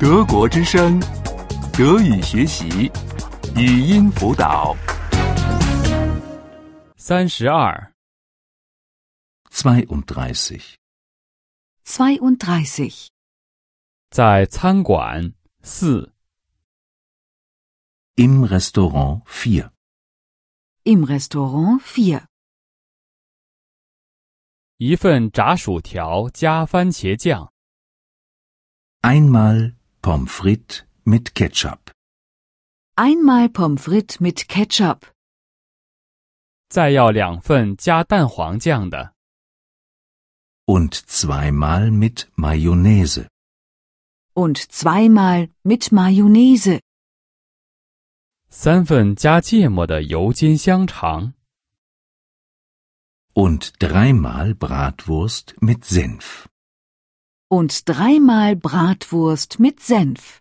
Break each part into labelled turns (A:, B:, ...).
A: 德国之声，德语学习，语音辅导。
B: 三十二，
C: 32.
D: 32.
B: 在餐馆四，
C: Im Restaurant 4.
D: Im Restaurant 4.
B: 一份炸薯条加番茄酱，
C: Einmal Pommes frites mit Ketchup.
D: Einmal Pommes frites mit Ketchup.
B: 再要两份加蛋黄酱的，
C: Und zweimal mit Mayonnaise.
D: Und zweimal mit Mayonnaise.
B: 三份加芥末的油煎香肠，
C: Und dreimal Bratwurst mit Senf.
D: Und dreimal Bratwurst mit Senf.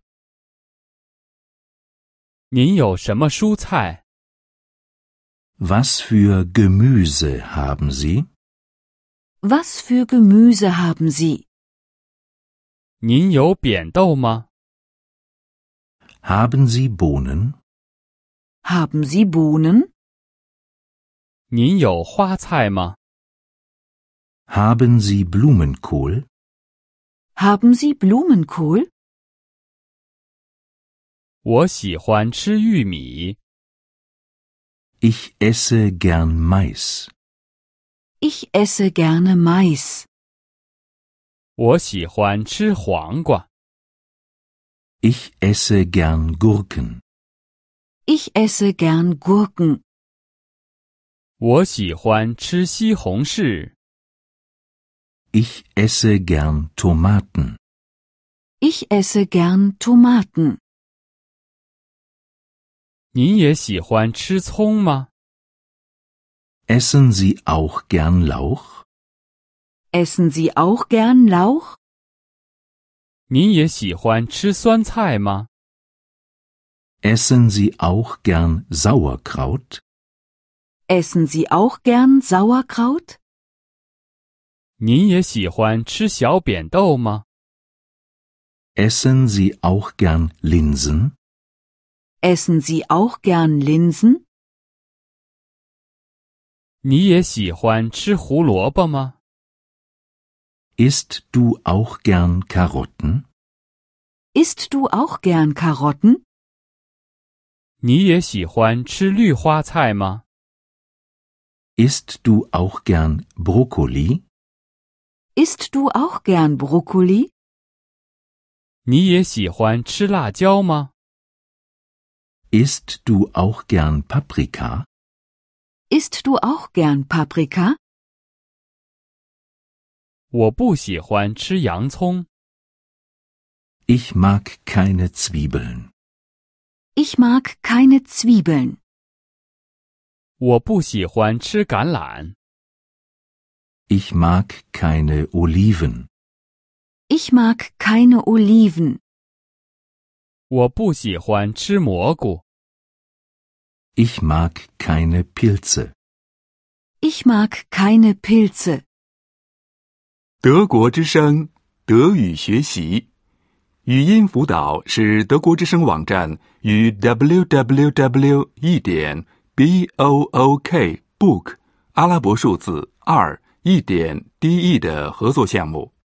B: 您有什么蔬菜？
C: Was für Gemüse haben Sie?
D: Was für Gemüse haben Sie?
B: 您有扁豆吗？
C: Haben Sie Bohnen?
D: Haben Sie Bohnen?
B: 您有花菜吗？
C: Haben Sie Blumenkohl?
D: Haben Sie Blumenkohl?
B: 我喜欢吃玉米，
C: Ich esse gern Mais.
D: Ich esse gerne Mais.
B: 我喜欢吃黄瓜，
C: Ich esse gern Gurken.
D: Ich esse gern Gurken.
B: 我喜欢吃西红柿，
C: Ich esse gern Tomaten.
D: Ich esse gern Tomaten.
B: 您也喜欢吃葱吗？
C: Essen Sie auch gern Lauch?
D: Essen Sie auch gern Lauch?
B: 您也喜欢吃酸菜吗？
C: Essen Sie auch gern Sauerkraut?
D: Essen Sie auch gern Sauerkraut?
B: 您也喜欢吃小扁豆吗？
C: Essen Sie auch gern Linsen?
D: Essen Sie auch gern Linsen?
B: 你也喜欢吃胡萝卜吗？
C: Isst du auch gern Karotten?
D: Isst du auch gern Karotten?
B: 你也喜欢吃绿花菜吗？
C: Isst du auch gern Brokkoli?
D: Isst du auch gern Brokkoli?
B: 你也喜欢吃辣椒吗？
C: Isst du auch gern Paprika?
D: Isst du auch gern Paprika?
B: 我不喜欢吃洋葱，
C: Ich mag keine Zwiebeln.
D: Ich mag keine Zwiebeln.
B: 我不喜欢吃橄榄，
C: Ich mag keine Oliven.
D: Ich mag keine Oliven.
B: 我不喜欢吃蘑菇，
C: Ich mag keine Pilze.
D: Ich mag keine Pilze.
A: 德国之声，德语学习，语音辅导是德国之声网站与 www. 一点 b o o k book 阿拉伯数字二一点 d e 的合作项目。